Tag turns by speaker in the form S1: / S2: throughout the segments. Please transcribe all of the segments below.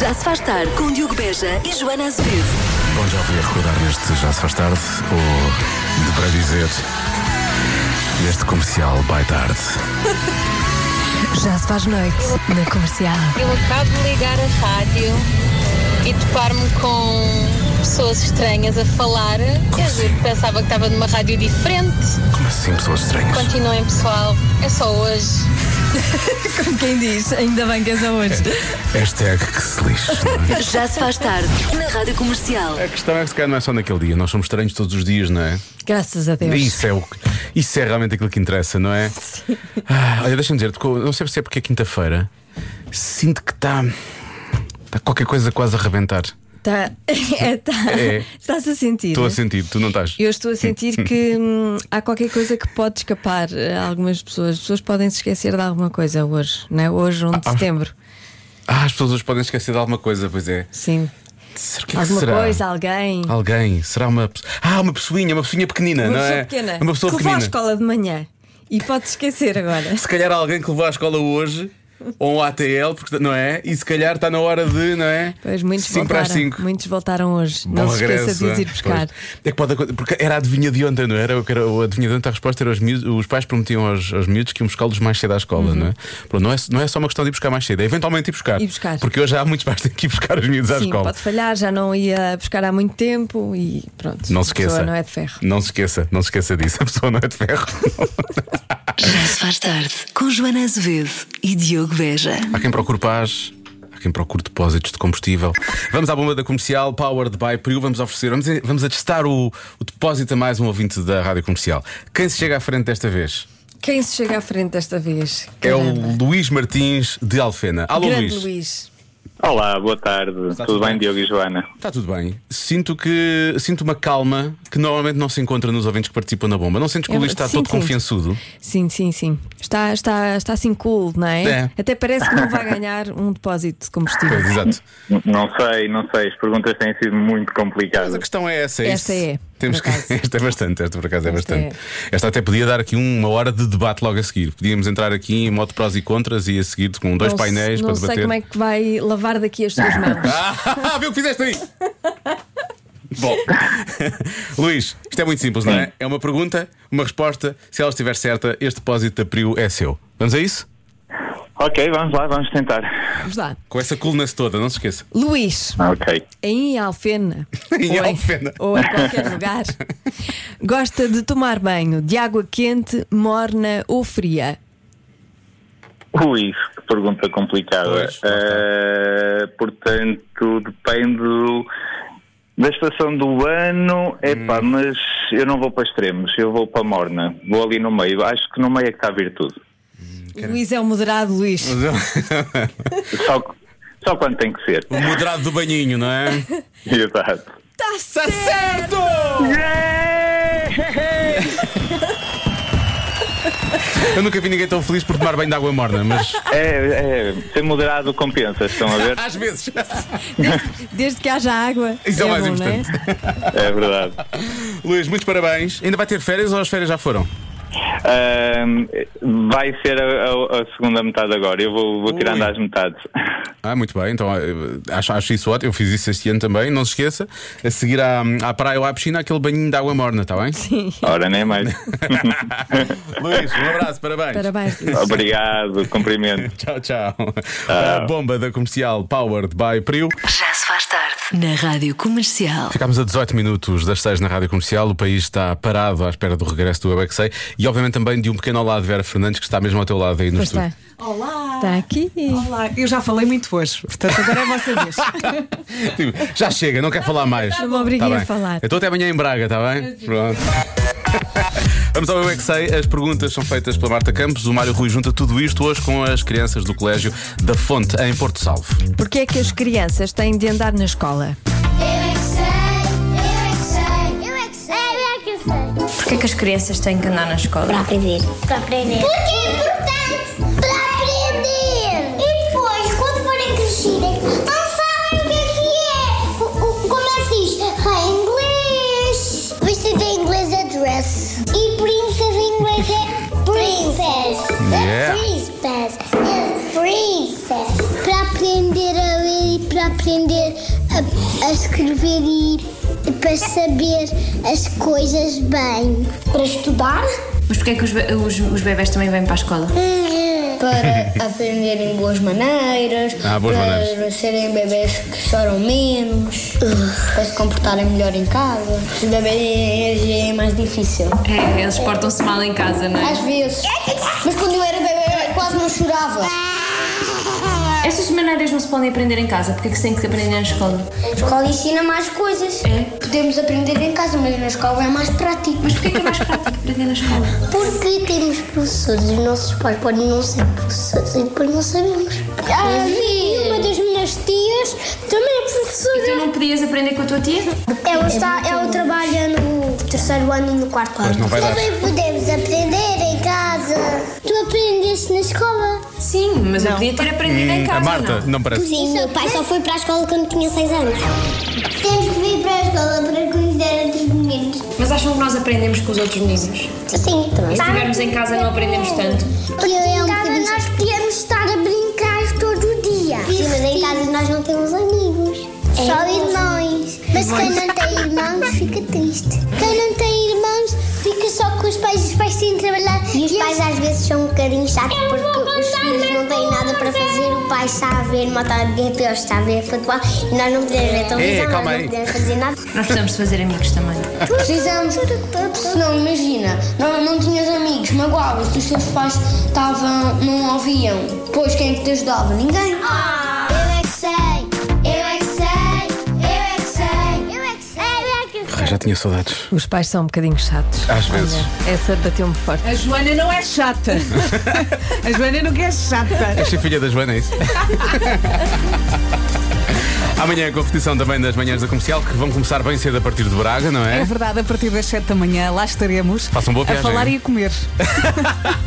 S1: Já se faz tarde com Diogo Beja e Joana Azevedo.
S2: Bom, já fui a recordar neste Já Se Faz Tarde, ou deverá dizer, neste comercial by tarde.
S1: Já se faz noite na comercial.
S3: Eu acabo de ligar a rádio e topar-me com pessoas estranhas a falar. Quer dizer, pensava que estava numa rádio diferente.
S2: Como assim, pessoas estranhas?
S3: Continuem, pessoal. É só hoje.
S4: Como quem diz, ainda bem que és a hoje.
S2: Hashtag que se lixe. não é?
S1: Já se faz tarde na rádio comercial.
S2: A questão é que se calhar não é só naquele dia, nós somos estranhos todos os dias, não é?
S4: Graças a Deus.
S2: E Isso é, o que- isso é realmente aquilo que interessa, não é? Ah, olha, deixa-me dizer, não sei se é porque é quinta-feira, sinto que está. Está qualquer coisa quase a arrebentar.
S4: Tá, é, tá,
S2: É.
S4: Estás a sentir. é?
S2: Estou a sentir, tu não estás?
S4: Uhum. Eu estou a sentir que hum, há qualquer coisa que pode escapar a algumas pessoas. As pessoas podem se esquecer de alguma coisa hoje, não é? Hoje, 1 de
S2: Ah, ah.
S4: setembro.
S2: Ah, as pessoas hoje podem esquecer de alguma coisa, pois é.
S4: Sim.
S2: O que é que
S4: Alguma
S2: será?
S4: coisa, alguém.
S2: Alguém, será uma pessoa. Ah, uma pessoinha, uma pessoinha pequenina,
S4: Uma
S2: não
S4: pessoa
S2: é?
S4: pequena.
S2: Uma pessoa
S4: que vai à
S2: pequenina.
S4: escola de manhã e pode esquecer agora.
S2: Se calhar alguém que levou à escola hoje, ou um ATL, porque, não é? E se calhar está na hora de, não é?
S4: Pois muitos
S2: Cinco para
S4: voltaram.
S2: as 5.
S4: Muitos voltaram hoje. não se esqueça de os ir buscar.
S2: É que pode acon- porque era a adivinha de ontem, não era? O que era- A adivinha de ontem, a resposta era os, miúdos- os pais prometiam aos, aos miúdos que iam buscá-los mais cedo à escola,
S4: Uhum.
S2: não é? Pronto, não é? Não é só uma questão de ir buscar mais cedo, é eventualmente ir buscar.
S4: Ir buscar.
S2: Porque hoje há muitos pais que têm que ir buscar os miúdos à
S4: Sim,
S2: escola.
S4: pode falhar, já não ia buscar há muito tempo e pronto.
S2: Não se
S4: A pessoa
S2: esqueça.
S4: não é de ferro.
S2: Não se esqueça, não se esqueça disso. A pessoa não é de ferro.
S1: Já se faz tarde com Joana Azevedo e Diogo Beja.
S2: Há quem procure paz, há quem procure depósitos de combustível. Vamos à bomba da comercial, Powered by Priu. Vamos oferecer, vamos, vamos atestar o, o depósito a mais um ouvinte da rádio comercial. Quem se chega à frente desta vez
S4: Quem se chega à frente desta vez?
S2: é
S4: Caramba.
S2: o Luís Martins de Alfena. Alô,
S4: Grande
S2: Luís.
S4: Luís.
S5: Olá, boa tarde.
S2: Está
S5: tudo
S2: tudo
S5: bem,
S2: bem?
S5: Diogo e Joana?
S2: Está tudo bem. Sinto que sinto uma calma que normalmente não se encontra nos ouvintes que participam na bomba. Não sentes que o
S4: É
S2: Luís está
S4: verdade.
S2: todo
S4: Sim, sim.
S2: confiançudo?
S4: Sim, sim, sim. Está, está, está assim cool, não é?
S2: É.
S4: Até parece que não vai ganhar um depósito de combustível.
S2: Pois, exato.
S5: N- Não sei, não sei. As perguntas têm sido muito
S2: Mas a
S5: complicadas.
S2: questão é essa. é
S4: Esta
S2: isso.
S4: é,
S2: Temos
S4: por
S2: que...
S4: acaso.
S2: Esta é bastante, esta por acaso é
S4: Esta
S2: bastante. Esta até podia dar aqui um, uma hora de debate logo a seguir. Podíamos entrar aqui em modo prós e contras e a seguir com dois
S4: não se-
S2: painéis
S4: não
S2: para
S4: sei
S2: debater.
S4: como é que vai lavar daqui as suas mãos.
S2: Ah, viu o que fizeste aí? Bom, Luís, isto é muito simples, não é? É uma pergunta, uma resposta. Se ela estiver certa, este depósito da Priu é seu. Vamos a isso?
S5: Ok, vamos lá, vamos tentar.
S4: Vamos lá.
S2: Com essa coluna-se toda, não se esqueça.
S4: Luís,
S5: Ok.
S4: em Alfena.
S2: Em
S4: ou
S2: Alfena.
S4: Ou em qualquer lugar. Gosta de tomar banho de água quente, morna ou fria?
S5: Ui, que pergunta complicada.
S2: Pois, lá está.
S5: Eh, portanto, depende da estação do ano. Epá,
S2: Hum.
S5: mas eu não vou para extremos, eu vou para morna. Vou ali no meio. Acho que no meio é que está a virtude.
S4: Luís é o moderado, Luís.
S5: Só, só quando tem que ser.
S2: O moderado do banhinho, não é?
S5: Exato.
S4: Está Tá
S2: Tá
S4: certo!
S2: Eu nunca vi ninguém tão feliz por tomar banho de água morna, mas
S5: É, é, ser moderado compensa, estão a ver?
S2: às vezes.
S4: Desde que haja água.
S2: Isso é o mais
S4: bom, né? não
S2: importante.
S5: É verdade.
S2: Luís, muitos parabéns. Ainda vai ter férias ou as férias já foram?
S5: Ahm, vai ser a, a- a segunda metade agora. Eu vou, vou tirando
S2: Ui.
S5: às metades.
S2: Ah, muito bem, então eh, acho, acho isso ótimo. Eu fiz isso este ano também, não se esqueça. A seguir à, à praia ou à piscina, aquele banhinho de água morna, está bem? Sim.
S5: Ora, nem mais.
S2: Luís, um abraço,
S4: Parabéns, Luís.
S5: Obrigado, cumprimento.
S2: Tchau, tchau. A bomba da comercial Powered by Priu.
S1: Já se faz tarde na rádio comercial.
S2: Ficámos a 18 minutos das 6 na Rádio Comercial. O país está parado à espera do regresso do Eu É Que Sei e, obviamente, também de um pequeno olá de Vera Fernandes, que está mesmo ao teu lado aí no
S4: Pois
S2: estúdio.
S4: está.
S6: Olá!
S4: Está aqui.
S6: Olá, Ah, eu já falei muito hoje, portanto agora é a vossa vez.
S2: Tipo, já chega, não quer falar mais.
S4: Não me obriguei
S2: Tá bem.
S4: a falar.
S2: Eu estou até amanhã em Braga, está bem? Pronto. Vamos ao Eu é que sei. As perguntas são feitas pela Marta Campos. O Mário Rui junta tudo isto hoje com as crianças do Colégio da Fonte, em Porto Salvo.
S4: Porquê é que as crianças têm de andar na escola?
S7: Eu é que sei, eu é que sei, eu é que sei, eu é que sei.
S8: Porquê que as crianças têm que andar na escola?
S7: Para aprender. Porque é importante para aprender. E depois, quando forem crescerem, não sabem o que é que é. O, o, como é que diz? Em inglês. Vestido em inglês é dress. E princess em inglês é princess. É
S2: Yeah.
S7: Princess. Princess. Para aprender para aprender a, a escrever e para saber as coisas bem. Para estudar?
S8: Mas porquê é que os, be- os, os bebés também vêm para a escola?
S7: Para aprenderem boas maneiras,
S2: Ah, boas para maneiras.
S7: serem bebês que choram menos, para se comportarem melhor em casa. Os bebês é mais difícil.
S8: É, eles portam-se mal em casa, não é?
S7: Às vezes. Mas quando eu era bebê eu quase não chorava.
S8: Essas maneiras não se podem aprender em casa, porque é que se tem que aprender na escola?
S7: A escola ensina mais coisas. É. Podemos aprender em casa, mas na escola é mais prático.
S8: Mas porquê é que é mais prático aprender na escola?
S7: Porque temos professores e os nossos pais podem não ser professores e depois não sabemos. Ah, vi uma das minhas tias também é professora.
S8: E tu não podias aprender com a tua tia?
S7: Ela, está, ela trabalha no terceiro ano e no quarto ano.
S2: não vai dar. Também
S7: podemos aprender em casa. Tu aprendeste na escola?
S8: Sim, mas eu podia ter aprendido em casa.
S2: Hum, a Marta, não, parece.
S7: Sim, meu pai só foi para a escola quando tinha 6 anos. Temos que vir para a escola para conhecer outros meninos.
S8: não? Mas acham que nós aprendemos com os outros meninos?
S7: Sim, também.
S8: Se estivermos em casa não aprendemos tanto.
S7: Porque é um em casa nós podíamos estar a brincar todo o dia. Sim, É. mas em casa nós não temos amigos. Só irmãos. Mas quem não tem irmãos fica triste. Quem não tem irmãos fica só com os pais. Os pais têm de trabalhar. E os pais às vezes são um bocadinho chatos porque os filhos não têm nada para fazer. O pai está a ver matar alguém, pior está a ver futebol. E nós não podemos ver televisão,
S2: É, calma
S7: nós não
S2: aí.
S7: podemos fazer nada.
S8: Nós precisamos de fazer amigos também.
S7: Precisamos, porque não, imagina, não, não tinhas amigos, magoavas, os teus pais estavam, não ouviam. Pois quem é que te ajudava? Ninguém. Eu é que sei, eu é que sei, eu é que sei, eu é que sei, eu é que
S2: Ah, já tinha saudades.
S4: Os pais são um bocadinho chatos.
S2: Às vezes.
S4: Olha, essa bateu-me forte.
S6: A Joana não é chata. A Joana não é chata.
S2: Esta é filha da Joana, é isso? Amanhã é a competição também das manhãs da comercial, que vão começar bem cedo a partir de Braga, não
S6: É
S2: é?
S6: verdade, a partir das 7 da manhã lá estaremos
S2: Façam boa
S6: a
S2: viagem.
S6: falar e a comer.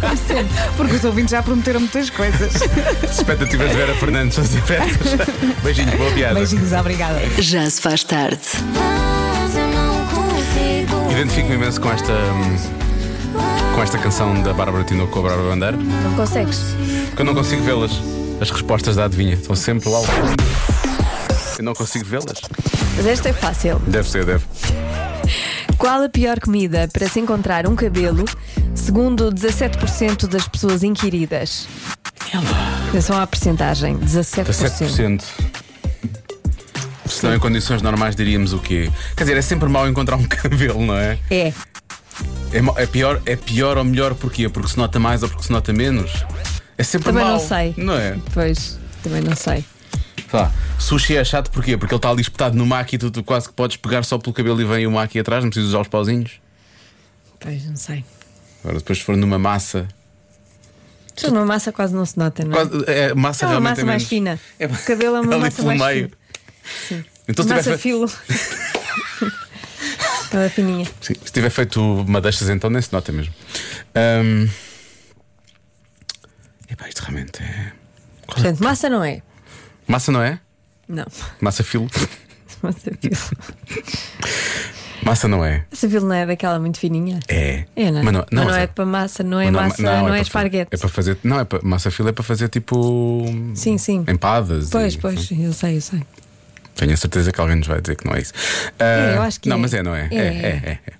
S6: Como sempre, porque os ouvintes já prometeram muitas coisas.
S2: Expectativas de Vera Fernandes são diversas. Beijinhos, boa viagem.
S6: Beijinhos, obrigada.
S1: Já se faz tarde.
S2: Identifico-me imenso com esta. hum, Com esta canção da Bárbara Tinoco com a Bárbara Bandeira,
S4: Não consegues?
S2: porque eu não consigo vê-las. As respostas da adivinha estão sempre lá ao fundo. Eu não consigo vê-las.
S4: Mas esta é fácil.
S2: Deve ser, deve.
S4: Qual a pior comida para se encontrar um cabelo, segundo 17% das pessoas inquiridas? Atenção à percentagem, 17%.
S2: 7%. Se não, em condições normais diríamos o quê? Quer dizer, é sempre mau encontrar um cabelo, não é?
S4: É,
S2: É, mau- é pior, é pior ou melhor porquê? Porque se nota mais ou porque se nota menos? É sempre
S4: Também
S2: mau.
S4: não sei.
S2: Não é?
S4: pois, também não sei.
S2: Sei lá, sushi é chato porquê? Porque ele está ali espetado no maqui e tu, tu quase que podes pegar só pelo cabelo e vem o maqui atrás, não precisas usar os pauzinhos.
S4: Pois, não sei.
S2: Agora, depois, se for numa massa.
S4: Mas uma massa quase não se nota, não é?
S2: Quase, é, massa
S4: É uma
S2: realmente
S4: massa mais
S2: menos.
S4: fina.
S2: É,
S4: O cabelo é uma
S2: ali
S4: massa
S2: pelo
S4: mais
S2: meio. Então, se tiver,
S4: Massa
S2: feito,
S4: filo. Toda fininha.
S2: sim, se tiver feito madeixas, então nem se nota mesmo. Ahm. Epá, isto realmente é. Qual é?
S4: Portanto, massa não é.
S2: Massa não é?
S4: Não,
S2: Massa filo?
S4: massa filo.
S2: Massa não é?
S4: Massa filo não é daquela muito fininha?
S2: É.
S4: É, não é?
S2: Mas não, não,
S4: Mas
S2: mas
S4: é
S2: é-
S4: para massa, não é
S2: Mas
S4: massa, não, é,
S2: para-
S4: esparguete.
S2: É para fazer. Não, é para, massa fila é para fazer tipo.
S4: Sim, sim.
S2: Empadas.
S4: Pois,
S2: e-
S4: pois, eu sei, eu sei.
S2: Tenho a certeza que alguém nos vai dizer que não é isso. Ah,
S4: eu acho que
S2: Não,
S4: é.
S2: mas é, não é? É,
S4: É.
S2: é, é. é.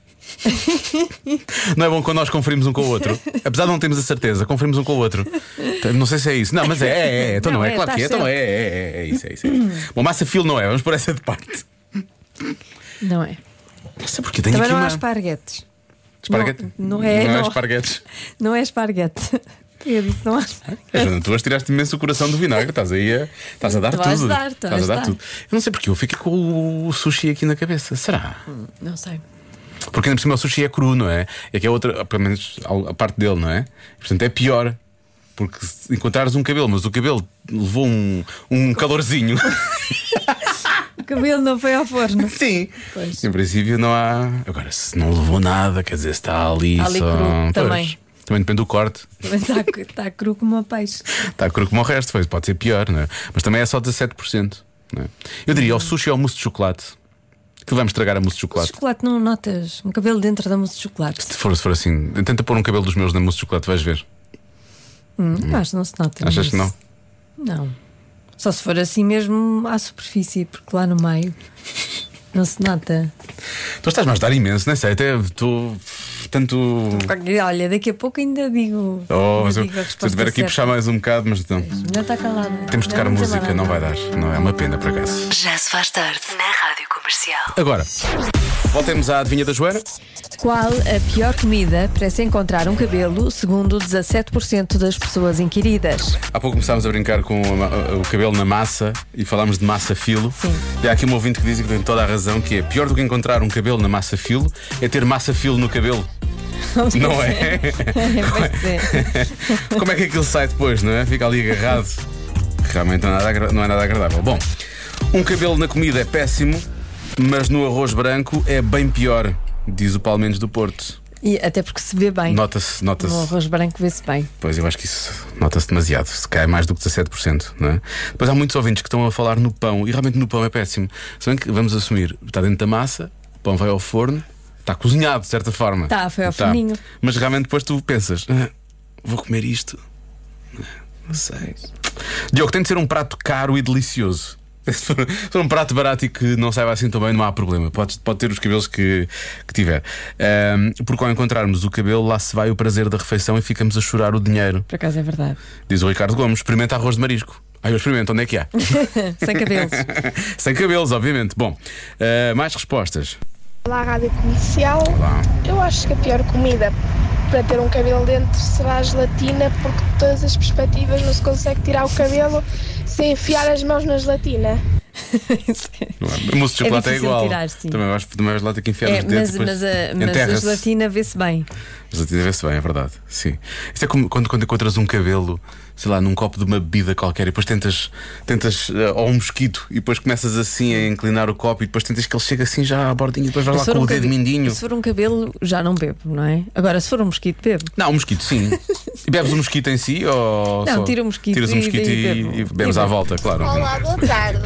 S2: não é bom quando nós conferimos um com o outro. Apesar de não termos a certeza, conferimos um com o outro. Então, Não sei se é isso. Não, mas é, é, é. Então não,
S4: Não,
S2: é,
S4: é,
S2: claro que é.
S4: estás
S2: Então é, é, é, é isso, é isso. É isso. bom, massa filo não é. Vamos por essa de parte.
S4: Não é.
S2: Não sei porque tenho
S4: Também
S2: aqui
S4: não
S2: uma.
S4: há esparguetes.
S2: Esparguete?
S4: Não- não é,
S2: Não, é
S4: não.
S2: esparguetes.
S4: Não é esparguete. Eu disse, não há esparguete.
S2: É, Joana, tu hoje tiraste imenso o coração do vinagre, estás aí a, estás a dar
S4: Estou a
S2: tudo.
S4: ajudar, estou a
S2: estás a dar
S4: ajudar.
S2: tudo. Eu não sei porque eu fico com o sushi aqui na cabeça. Será?
S4: Não sei.
S2: Porque ainda por cima o sushi é cru, não é? É que é outra, pelo menos a a parte dele, não é? Portanto é pior. Porque se encontrares um cabelo, mas o cabelo levou um, um calorzinho.
S4: O cabelo não foi ao forno.
S2: Sim. Em princípio não há. Agora, se não levou nada, quer dizer, se está ali,
S4: Ali
S2: só.
S4: cru,
S2: Pois.
S4: também.
S2: Também depende do corte.
S4: Mas está, cru- está cru como um peixe.
S2: Está cru como o resto, pois pode ser pior, não é? Mas também é só 17%. Não é? Eu diria ao sushi ou ao mousse de chocolate. Que vamos estragar a mousse de chocolate.
S4: Chocolate não notas. Um cabelo dentro da mousse de chocolate.
S2: Se for, se for assim, tenta pôr um cabelo dos meus na mousse de chocolate, vais ver.
S4: Hum, eu Acho que não se nota.
S2: Achas que não?
S4: Não. Só se for assim mesmo à superfície, porque lá no meio não se nota.
S2: Tu estás-me a ajudar imenso, não é? sei, até estou tanto.
S4: Porque, Olha, daqui a pouco ainda digo.
S2: Oh,
S4: ainda
S2: mas eu,
S4: digo a
S2: se
S4: resposta
S2: eu tiver aqui
S4: certa.
S2: puxar mais um bocado, mas não.
S4: Ainda está calada.
S2: Temos de tocar
S4: Não, não tem
S2: música,
S4: nada.
S2: não vai dar. Não é uma pena, por acaso.
S1: Já se faz tarde na Rádio Comercial.
S2: Agora, voltemos à adivinha da Joana.
S4: Qual a pior comida para se encontrar um cabelo, segundo 17% das pessoas inquiridas?
S2: Há pouco começámos a brincar com a ma- a- o cabelo na massa e falámos de massa filo.
S4: Sim.
S2: E há aqui um ouvinte que diz que tem toda a razão que é pior do que encontrar um cabelo na massa filo é ter massa filo no cabelo. Não é?
S4: Pois é.
S2: Como é que aquilo sai depois, não é? Fica ali agarrado. Realmente não é nada, agra- não é nada agradável. Bom, um cabelo na comida é péssimo, mas no arroz branco é bem pior, diz o Palmeiras do Porto.
S4: E até porque se vê bem.
S2: Nota-se, nota-se.
S4: O arroz branco vê-se bem.
S2: Pois eu acho que isso nota-se demasiado, se cai mais do que 17%, não é? Depois há muitos ouvintes que estão a falar no pão, e realmente no pão é péssimo. Se bem que vamos assumir, está dentro da massa, o pão vai ao forno, está cozinhado de certa forma. Tá.
S4: Está, Tá, foi ao forninho.
S2: Mas realmente depois tu pensas, "Ah, vou comer isto. Não sei. Diogo, tem de ser um prato caro e delicioso. Se for se for um prato barato e que não saiba assim também, não há problema. Pode, pode ter os cabelos que, que tiver. Ahm, porque ao encontrarmos o cabelo, lá se vai o prazer da refeição e ficamos a chorar o dinheiro.
S4: Por acaso é verdade.
S2: Diz o Ricardo Gomes: experimenta arroz de marisco. Aí eu experimento, onde é que há?
S4: Sem cabelos.
S2: Sem cabelos, obviamente. Bom, ah, mais respostas.
S9: Olá, Rádio Comercial.
S2: Olá.
S9: Eu acho que a pior comida para ter um cabelo dentro será a gelatina, porque de todas as perspectivas não se consegue tirar o cabelo sem enfiar as mãos na gelatina.
S2: Não é? Mousse de
S4: É
S2: chocolate é,
S4: difícil
S2: igual.
S4: tirar, sim.
S2: Também vais, também vais lá ter que enfiar
S4: É,
S2: os dedos.
S4: mas,
S2: depois
S4: mas, a, mas a
S2: enterra-se.
S4: gelatina vê-se bem.
S2: Gelatina vê-se bem, é verdade. Sim. Isto é como quando, quando encontras um cabelo, sei lá, num copo de uma bebida qualquer, e depois tentas, tentas eh, ou um mosquito, e depois começas assim a inclinar o copo, e depois tentas que ele chegue assim já à bordinha, e depois vais lá
S4: Se for
S2: com
S4: um
S2: o dedo
S4: cabe-
S2: mindinho.
S4: Se for um cabelo, já não bebo, não é? Agora, se for um mosquito, bebo.
S2: Não, um mosquito, sim. E bebes o mosquito em si ou.
S4: Não,
S2: só-
S4: tira o mosquito
S2: Tiras o
S4: e-
S2: mosquito
S4: e-
S2: e,
S4: bebo.
S2: e bebes
S4: E
S2: à
S4: bebo.
S2: volta, claro.
S10: Olá, boa tarde.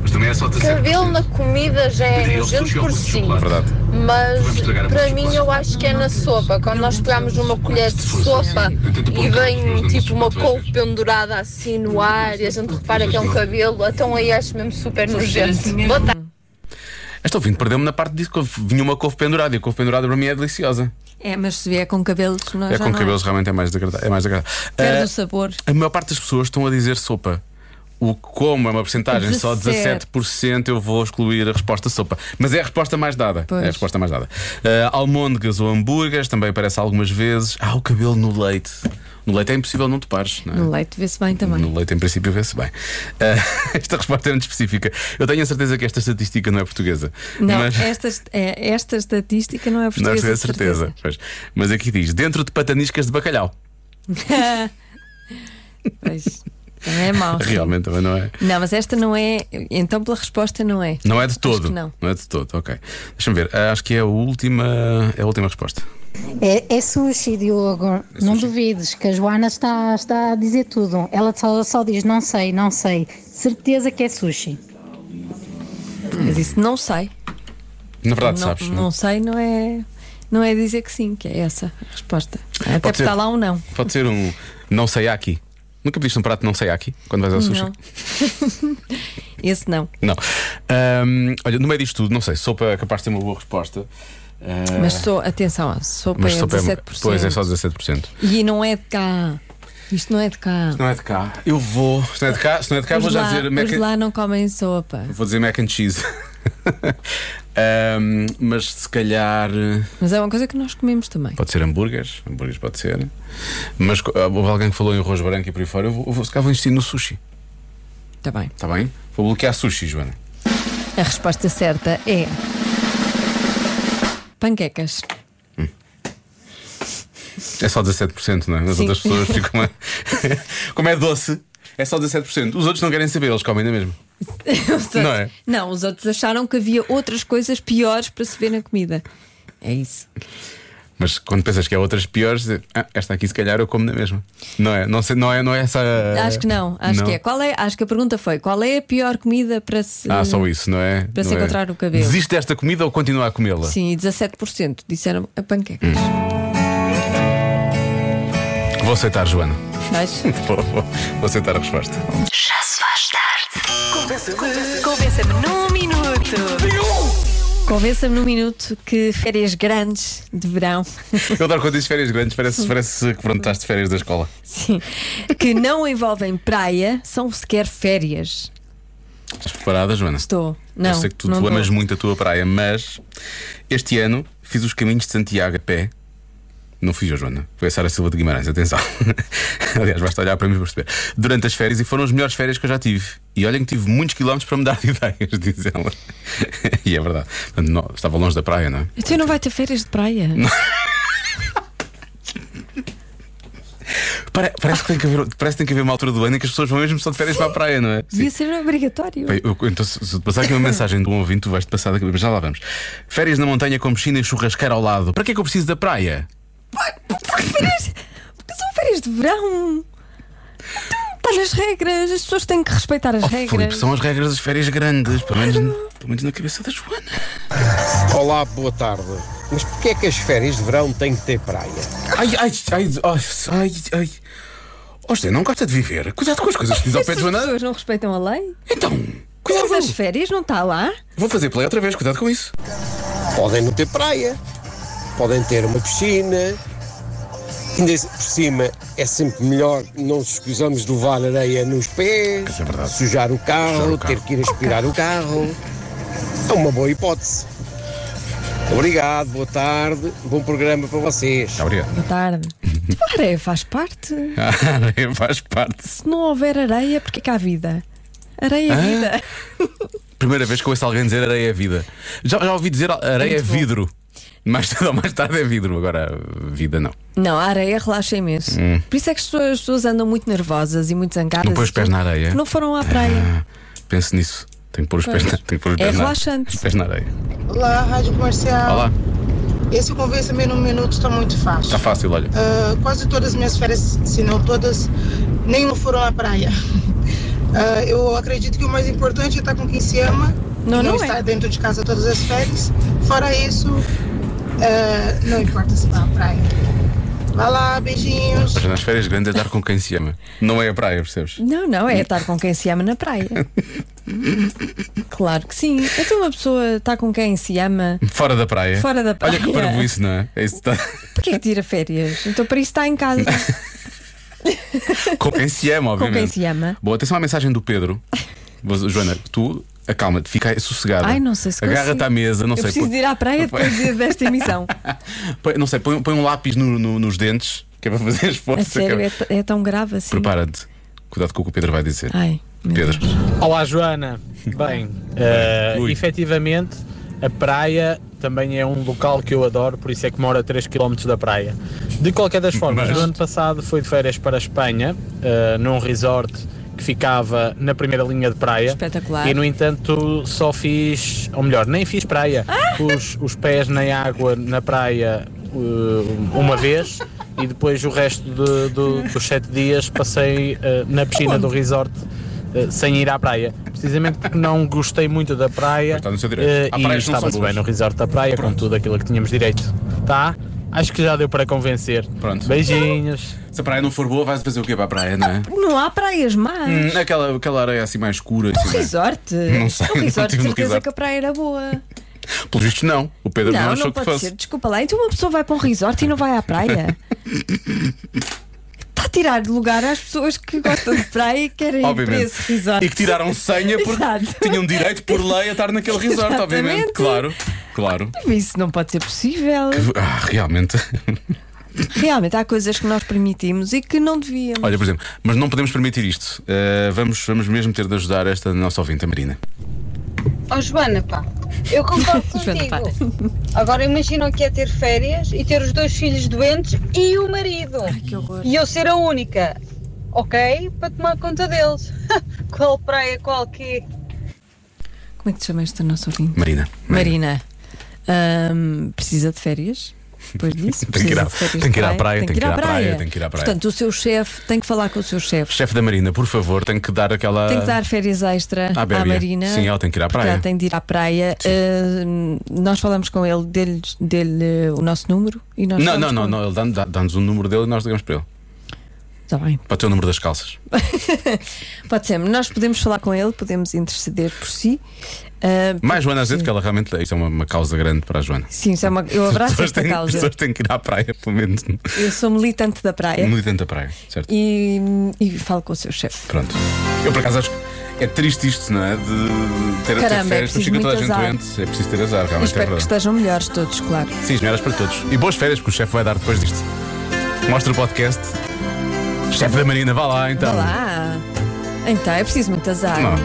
S2: Mas também é só
S10: Ah, cabelo na comida já é nojento por si,
S2: É Verdade.
S10: mas para mim eu acho que é na sopa. Quando nós pegamos uma colher de sopa e vem tipo uma couve pendurada assim no ar e a gente repara que é um cabelo, então aí acho mesmo super nojento. Boa tarde.
S2: Estou vindo, perdeu-me na parte disso que houve- vinha uma couve pendurada, e a couve pendurada para mim é deliciosa.
S4: É, mas se vier com cabelos, não
S2: é
S4: já
S2: com
S4: não
S2: cabelos, realmente é mais desagradável. É mais desagradável.
S4: Perde
S2: Ah,
S4: o sabor.
S2: A maior parte das pessoas estão a dizer sopa. O como é uma porcentagem, só
S4: 17.
S2: 17% eu vou excluir a resposta sopa. Mas é a resposta mais dada.
S4: Pois.
S2: É a resposta mais dada. Ah, almôndegas ou hambúrgueres também aparece algumas vezes. Ah, o cabelo no leite. No leite é impossível não te pares. Não é?
S4: No leite vê-se bem também.
S2: No leite, em princípio, vê-se bem. Ah, esta resposta é muito específica. Eu tenho a certeza que esta estatística não é portuguesa.
S4: Não,
S2: mas...
S4: esta, é- esta estatística não é
S2: Não
S4: portuguesa.
S2: é certeza,
S4: de
S2: certeza. Pois. Mas aqui diz: dentro de pataniscas de bacalhau.
S4: Pois, também é mau.
S2: Realmente também não é.
S4: Não, mas esta não é. Então, pela resposta, não é.
S2: Não é de todo.
S4: que não.
S2: é de todo, ok. Deixa-me ver. Ah, Acho que é a última, é a última resposta.
S11: É, é sushi,
S2: É
S11: Diogo. não duvides que a Joana está, está a dizer tudo. Ela só, só diz não sei, não sei. Certeza que é sushi.
S4: Mas isso não sei.
S2: Na verdade,
S4: não,
S2: sabes.
S4: não sei, não é. Não é dizer que sim, que é essa a resposta. Até porque
S2: ser.
S4: está lá um não.
S2: Pode ser um não sei aqui. Nunca pediste um prato de não sei aqui quando vais ao sushi?
S4: Não. Esse não.
S2: Não. Ahm, olha, no meio disto tudo, não sei, sopa é capaz de ter uma boa resposta. Ah,
S4: Mas sou, atenção, a sopa
S2: mas
S4: é
S2: sopa
S4: 17%.
S2: Pois é, só 17%.
S4: E não é de cá. Isto não é de cá.
S2: Não é de cá. Eu vou. Se não é de cá, se não é de cá vou
S4: os
S2: já
S4: lá,
S2: dizer. mac
S4: os
S2: and-
S4: lá não comem sopa.
S2: Vou dizer mac and cheese. Ahm, mas se calhar. eh,
S4: Mas é uma coisa que nós comemos também.
S2: Pode ser hambúrgueres. Hambúrgueres pode ser. Mas co- ah, houve alguém que falou em arroz branco e por aí fora. Eu vou, eu vou, se calhar vou insistir no sushi.
S4: Está Tá bem.
S2: Está bem? Vou bloquear sushi, Joana.
S4: A resposta certa é. Panquecas.
S2: É só 17%, não é? As
S4: Sim.
S2: outras pessoas ficam. a- Como é doce, é só 17%. Os outros não querem saber, eles comem ainda mesmo.
S4: Os outros-
S2: Não é?
S4: Não, os outros acharam que havia outras coisas piores para se ver na comida. É isso.
S2: Mas quando pensas que há outras piores, eh, ah, esta aqui se calhar eu como na mesma. Não é? Não, sei, não, é, não é essa.
S4: Acho que não. Acho que é. Qual é. Acho que a pergunta foi: qual é a pior comida para se.
S2: Ah, só isso, não é?
S4: Para se
S2: Não é?
S4: encontrar o cabelo.
S2: Desiste desta comida ou continua a comê-la?
S4: Sim, e 17% disseram a panquecas.
S2: Hum. Vou aceitar, Joana.
S4: Mas-
S2: Vou, vou- vou aceitar a resposta.
S1: Já se faz tarde. Convença-me num minuto.
S4: Convença-me num minuto que férias grandes de verão.
S2: Eu adoro quando diz férias grandes, parece, parece que pronto, estás de férias da escola.
S4: Sim. Que não envolvem praia, são sequer férias.
S2: Estás preparada, Joana?
S4: Estou.
S2: Eu
S4: Não,
S2: sei que tu,
S4: não
S2: tu
S4: estou.
S2: amas muito a tua praia, mas este ano fiz os caminhos de Santiago a pé. Não fui eu, Joana. Foi a Sara Silva de Guimarães, atenção. Aliás, basta olhar para mim para perceber. Durante as férias, e foram as melhores férias que eu já tive. E olhem que tive muitos quilómetros para me dar ideias, diz ela. e é verdade. Portanto, não- estava longe da praia, não é?
S4: Então não vai ter férias de praia?
S2: Pare- parece, que tem que haver, parece que tem que haver uma altura do ano em que as pessoas vão mesmo só de férias para a praia, não é?
S4: Devia ser obrigatório.
S2: Bem, eu- então, se, se te passar aqui uma mensagem de um ouvinte, tu vais-te passar daqui, mas já lá vamos. Férias na montanha com piscina e churrasqueira ao lado. Para que é que eu preciso da praia?
S4: Férias- Porque são férias de verão. Então, Está nas regras, as pessoas têm que respeitar as
S2: Oh,
S4: regras.
S2: Filipe, são as regras das férias grandes, pelo menos, pelo menos na cabeça da Joana.
S12: Olá, boa tarde. Mas porquê é que as férias de verão têm que ter praia?
S2: Ai, ai, ai, ai, ai, ai. Oh, José, não gosta de viver. Cuidado com as coisas que diz ao pé de
S4: Essas
S2: Joana.
S4: pessoas não respeitam a lei?
S2: Então,
S4: cuidado. Mas as férias não está lá?
S2: Vou fazer play outra vez, cuidado com isso.
S12: Podem não ter praia, podem ter uma piscina. Ainda por cima é sempre melhor não nos escusamos de levar areia nos pés, é sujar o carro, ter que ir aspirar o carro. É uma boa hipótese. Obrigado, boa tarde, bom programa para vocês.
S2: Obrigado.
S4: Boa tarde.
S2: Uhum.
S4: A areia faz parte.
S2: Ah, faz parte.
S4: Se não houver areia, porque é que há vida? Areia é
S2: Ah.
S4: vida.
S2: Primeira vez que ouço alguém dizer areia é vida. Já, já ouvi dizer areia é
S4: Muito bom.
S2: vidro. Mais tarde ou mais tarde é vidro, agora vida não.
S4: Não, a areia relaxa imenso.
S2: Hum.
S4: Por isso é que as pessoas, as pessoas andam muito nervosas e muito zangadas.
S2: Não põe os pés na areia. Ah.
S4: Porque Não foram à praia.
S2: Penso nisso. Tenho que pôr os pés na,
S4: Pois.
S2: tenho que pôr os
S4: É
S2: pés na-
S4: relaxante. Ah.
S2: os pés na areia.
S13: Olá, Rádio Comercial.
S2: Olá.
S13: Esse convença-me num minuto está muito fácil.
S2: Está fácil, olha.
S13: Ah, quase todas as minhas férias, se não todas, nenhuma foram à praia. Ah, eu acredito que o mais importante é estar com quem se ama
S4: Não,
S13: e
S4: não é.
S13: estar dentro de casa todas as férias. Fora isso, ah, não importa se está à praia. Vai lá, beijinhos.
S2: Mas Nas férias grandes é dar com quem se ama. Não é a praia, percebes?
S4: Não, não, é estar com quem se ama na praia. claro que sim. Então uma pessoa está com quem se ama.
S2: Fora da praia.
S4: Fora da
S2: É. Olha que
S4: praia.
S2: parvo isso, não é? É isso que está-
S4: Porquê é que tira férias? Então para isso está em casa.
S2: Com quem se ama,
S4: com
S2: obviamente.
S4: quem se ama.
S2: Bom, atenção à mensagem do Pedro. Vou- Joana, tu acalma-te, fica aí sossegada.
S4: Ai, não sei se
S2: Agarra-te
S4: consigo.
S2: à mesa, não
S4: Eu
S2: sei.
S4: preciso de ir à praia depois de- desta emissão.
S2: põe, não sei, põe, põe um lápis no- no- nos dentes, que é para fazer esforço.
S4: A sério,
S2: que
S4: é,
S2: é-
S4: t- é tão grave assim.
S2: Prepara-te. Cuidado com o que o Pedro vai dizer.
S4: Ai,
S2: Pedro.
S14: Olá, Joana. Bem, eh, efetivamente, a praia também é um local que eu adoro, por isso é que moro a 3 km da praia. De qualquer das formas, o ano passado fui de férias para a Espanha, eh, num resort que ficava na primeira linha de praia.
S4: Espetacular.
S14: E, no entanto, só fiz, ou melhor, nem fiz praia. Pus os pés na água na praia eh, uma vez. E depois o resto de- do- dos sete dias passei eh, na piscina do resort eh, sem ir à praia. Precisamente porque não gostei muito da praia.
S2: no seu direito.
S14: eh,
S2: Há
S14: e
S2: praias que não
S14: estava
S2: são boas.
S14: bem no resort da praia, com tudo aquilo que tínhamos direito. Tá? Acho que já deu para convencer. Pronto. Beijinhos.
S2: Se a praia não for boa, vais fazer o quê para a praia, não é?
S4: Não há praias más.
S2: Hum, aquela, aquela areia assim mais escura.
S4: Um
S2: Assim, mais-
S4: resort.
S2: Não sei,
S4: Um
S2: não
S4: resort,
S2: tive
S4: de
S2: no
S4: certeza
S2: resort.
S4: que a praia era boa.
S2: Pelos vistos, não. O Pedro não,
S4: não,
S2: achou
S4: não
S2: que
S4: pode
S2: fosse.
S4: ser. Desculpa lá. Então uma pessoa vai para um resort e não vai à praia. Está a tirar lugar às pessoas que gostam de praia e querem ir para
S2: Obviamente.
S4: esse resort.
S2: E que tiraram senha porque
S4: Exato.
S2: tinham direito por lei a estar naquele resort,
S4: Exatamente.
S2: obviamente. Claro, claro.
S4: Isso não pode ser possível.
S2: Ah, realmente.
S4: Realmente há coisas que nós permitimos e que não devíamos.
S2: Olha, por exemplo, mas não podemos permitir isto. Uh, vamos, vamos mesmo ter de ajudar esta nossa ouvinte, a Marina.
S15: Ó Joana, pá, eu concordo
S4: Joana, pá.
S15: contigo. Agora imagina o que é ter férias e ter os dois filhos doentes e o marido. e eu ser a única, ok? Para tomar conta deles. qual praia, qual quê?
S4: Como é que te chamas esta nossa ouvinte?
S2: Marina.
S4: Marina. Ahm, precisa de férias? Depois disso?
S2: Tem que ir à-
S4: precisa de férias
S2: tem que ir à
S4: de
S2: praia, tem que ir à praia, tem que ir à praia.
S4: Portanto, o seu chefe tem que falar com o seu chefe.
S2: Chefe da Marina, por favor, tem que dar aquela.
S4: Tem que dar férias extra
S2: Ah,
S4: à
S2: Bébia.
S4: Marina.
S2: Ah. Sim, ela tem que ir à
S4: porque
S2: praia.
S4: Ela tem de ir à praia. Ahm, nós falamos com ele, dele, dele o nosso número e nós
S2: Não,
S4: falamos
S2: não, não,
S4: com
S2: não, ele dá- dá- dá-nos o número dele e nós ligamos para ele.
S4: Está Tá bem.
S2: Pode ter o número das calças.
S4: Pode ser, nós podemos falar com ele, podemos interceder por si. Ah,
S2: Mais Joana Azevedo, que ela realmente. Isto é uma, uma causa grande para a Joana.
S4: Sim, isso é uma, eu
S2: As
S4: abraço
S2: pessoas
S4: esta
S2: têm- As
S4: causa.
S2: pessoas têm que ir à praia, pelo menos.
S4: Eu sou militante da praia
S2: Muito dentro da praia, certo?
S4: É? e, e falo com o seu chefe.
S2: Pronto. Eu por acaso acho que é triste isto, não é? De ter, ter
S4: Caramba, é
S2: férias, mas
S4: preciso
S2: fica toda a
S4: muito
S2: gente
S4: azar.
S2: doente. É preciso ter azar,
S4: E
S2: realmente é
S4: espero que
S2: verdade.
S4: estejam melhores todos, claro.
S2: Sim, melhoras para todos. E boas férias, porque o chefe vai dar depois disto. Mostra o podcast. Chefe da Marina, vá lá então.
S4: Vá lá. Então, é preciso muito azar.
S2: Não.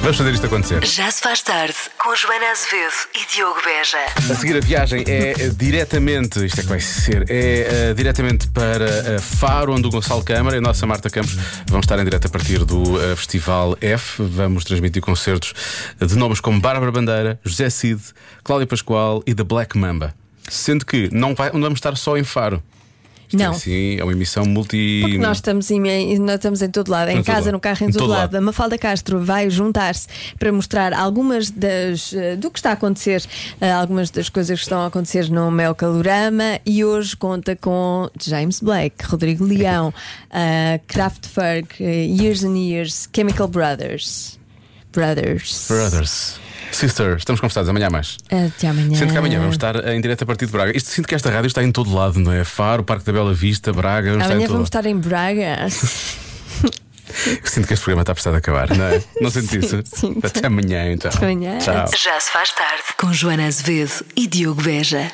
S2: Vamos fazer isto acontecer.
S1: Já se faz tarde com Joana Azevedo e Diogo Beja.
S2: A seguir a viagem é eh, diretamente, isto é que vai ser, é eh, diretamente para eh, Faro, onde o Gonçalo Câmara e a nossa Marta Campos vão estar em direto a partir do eh, Festival F. Vamos transmitir concertos de nomes como Bárbara Bandeira, José Cid, Cláudia Pascoal e The Black Mamba. Sendo que não, vai- não vamos estar só em Faro. Isto é
S4: Não.
S2: Sim, é uma emissão multi.
S4: Porque nós estamos em, nós estamos em todo lado,
S2: Em
S4: em
S2: todo
S4: casa,
S2: lado.
S4: no carro, em,
S2: Em
S4: todo,
S2: todo
S4: lado.
S2: lado.
S4: A Mafalda Castro vai juntar-se para mostrar algumas das eh, do que está a acontecer, eh, algumas das coisas que estão a acontecer no Mel Calorama e hoje conta com James Blake, Rodrigo Leão, eh, Kraftwerk, eh, Years and Years, Chemical Brothers. Brothers. Eh,
S2: Brothers. Sister, estamos conversados, amanhã há mais.
S4: Até amanhã.
S2: Sinto que amanhã vamos estar em direto a partir de Braga. Isto, sinto que esta rádio está em todo lado, não é? Faro, Parque da Bela Vista, Braga. Vamos estar em
S4: Amanhã
S2: todo
S4: vamos
S2: lado.
S4: estar em Braga.
S2: Sinto que este programa está prestes a acabar, não é? Não sente isso? Até amanhã, então.
S1: Até amanhã.
S2: Tchau.
S1: Já se faz tarde com Joana Azevedo e Diogo Beja.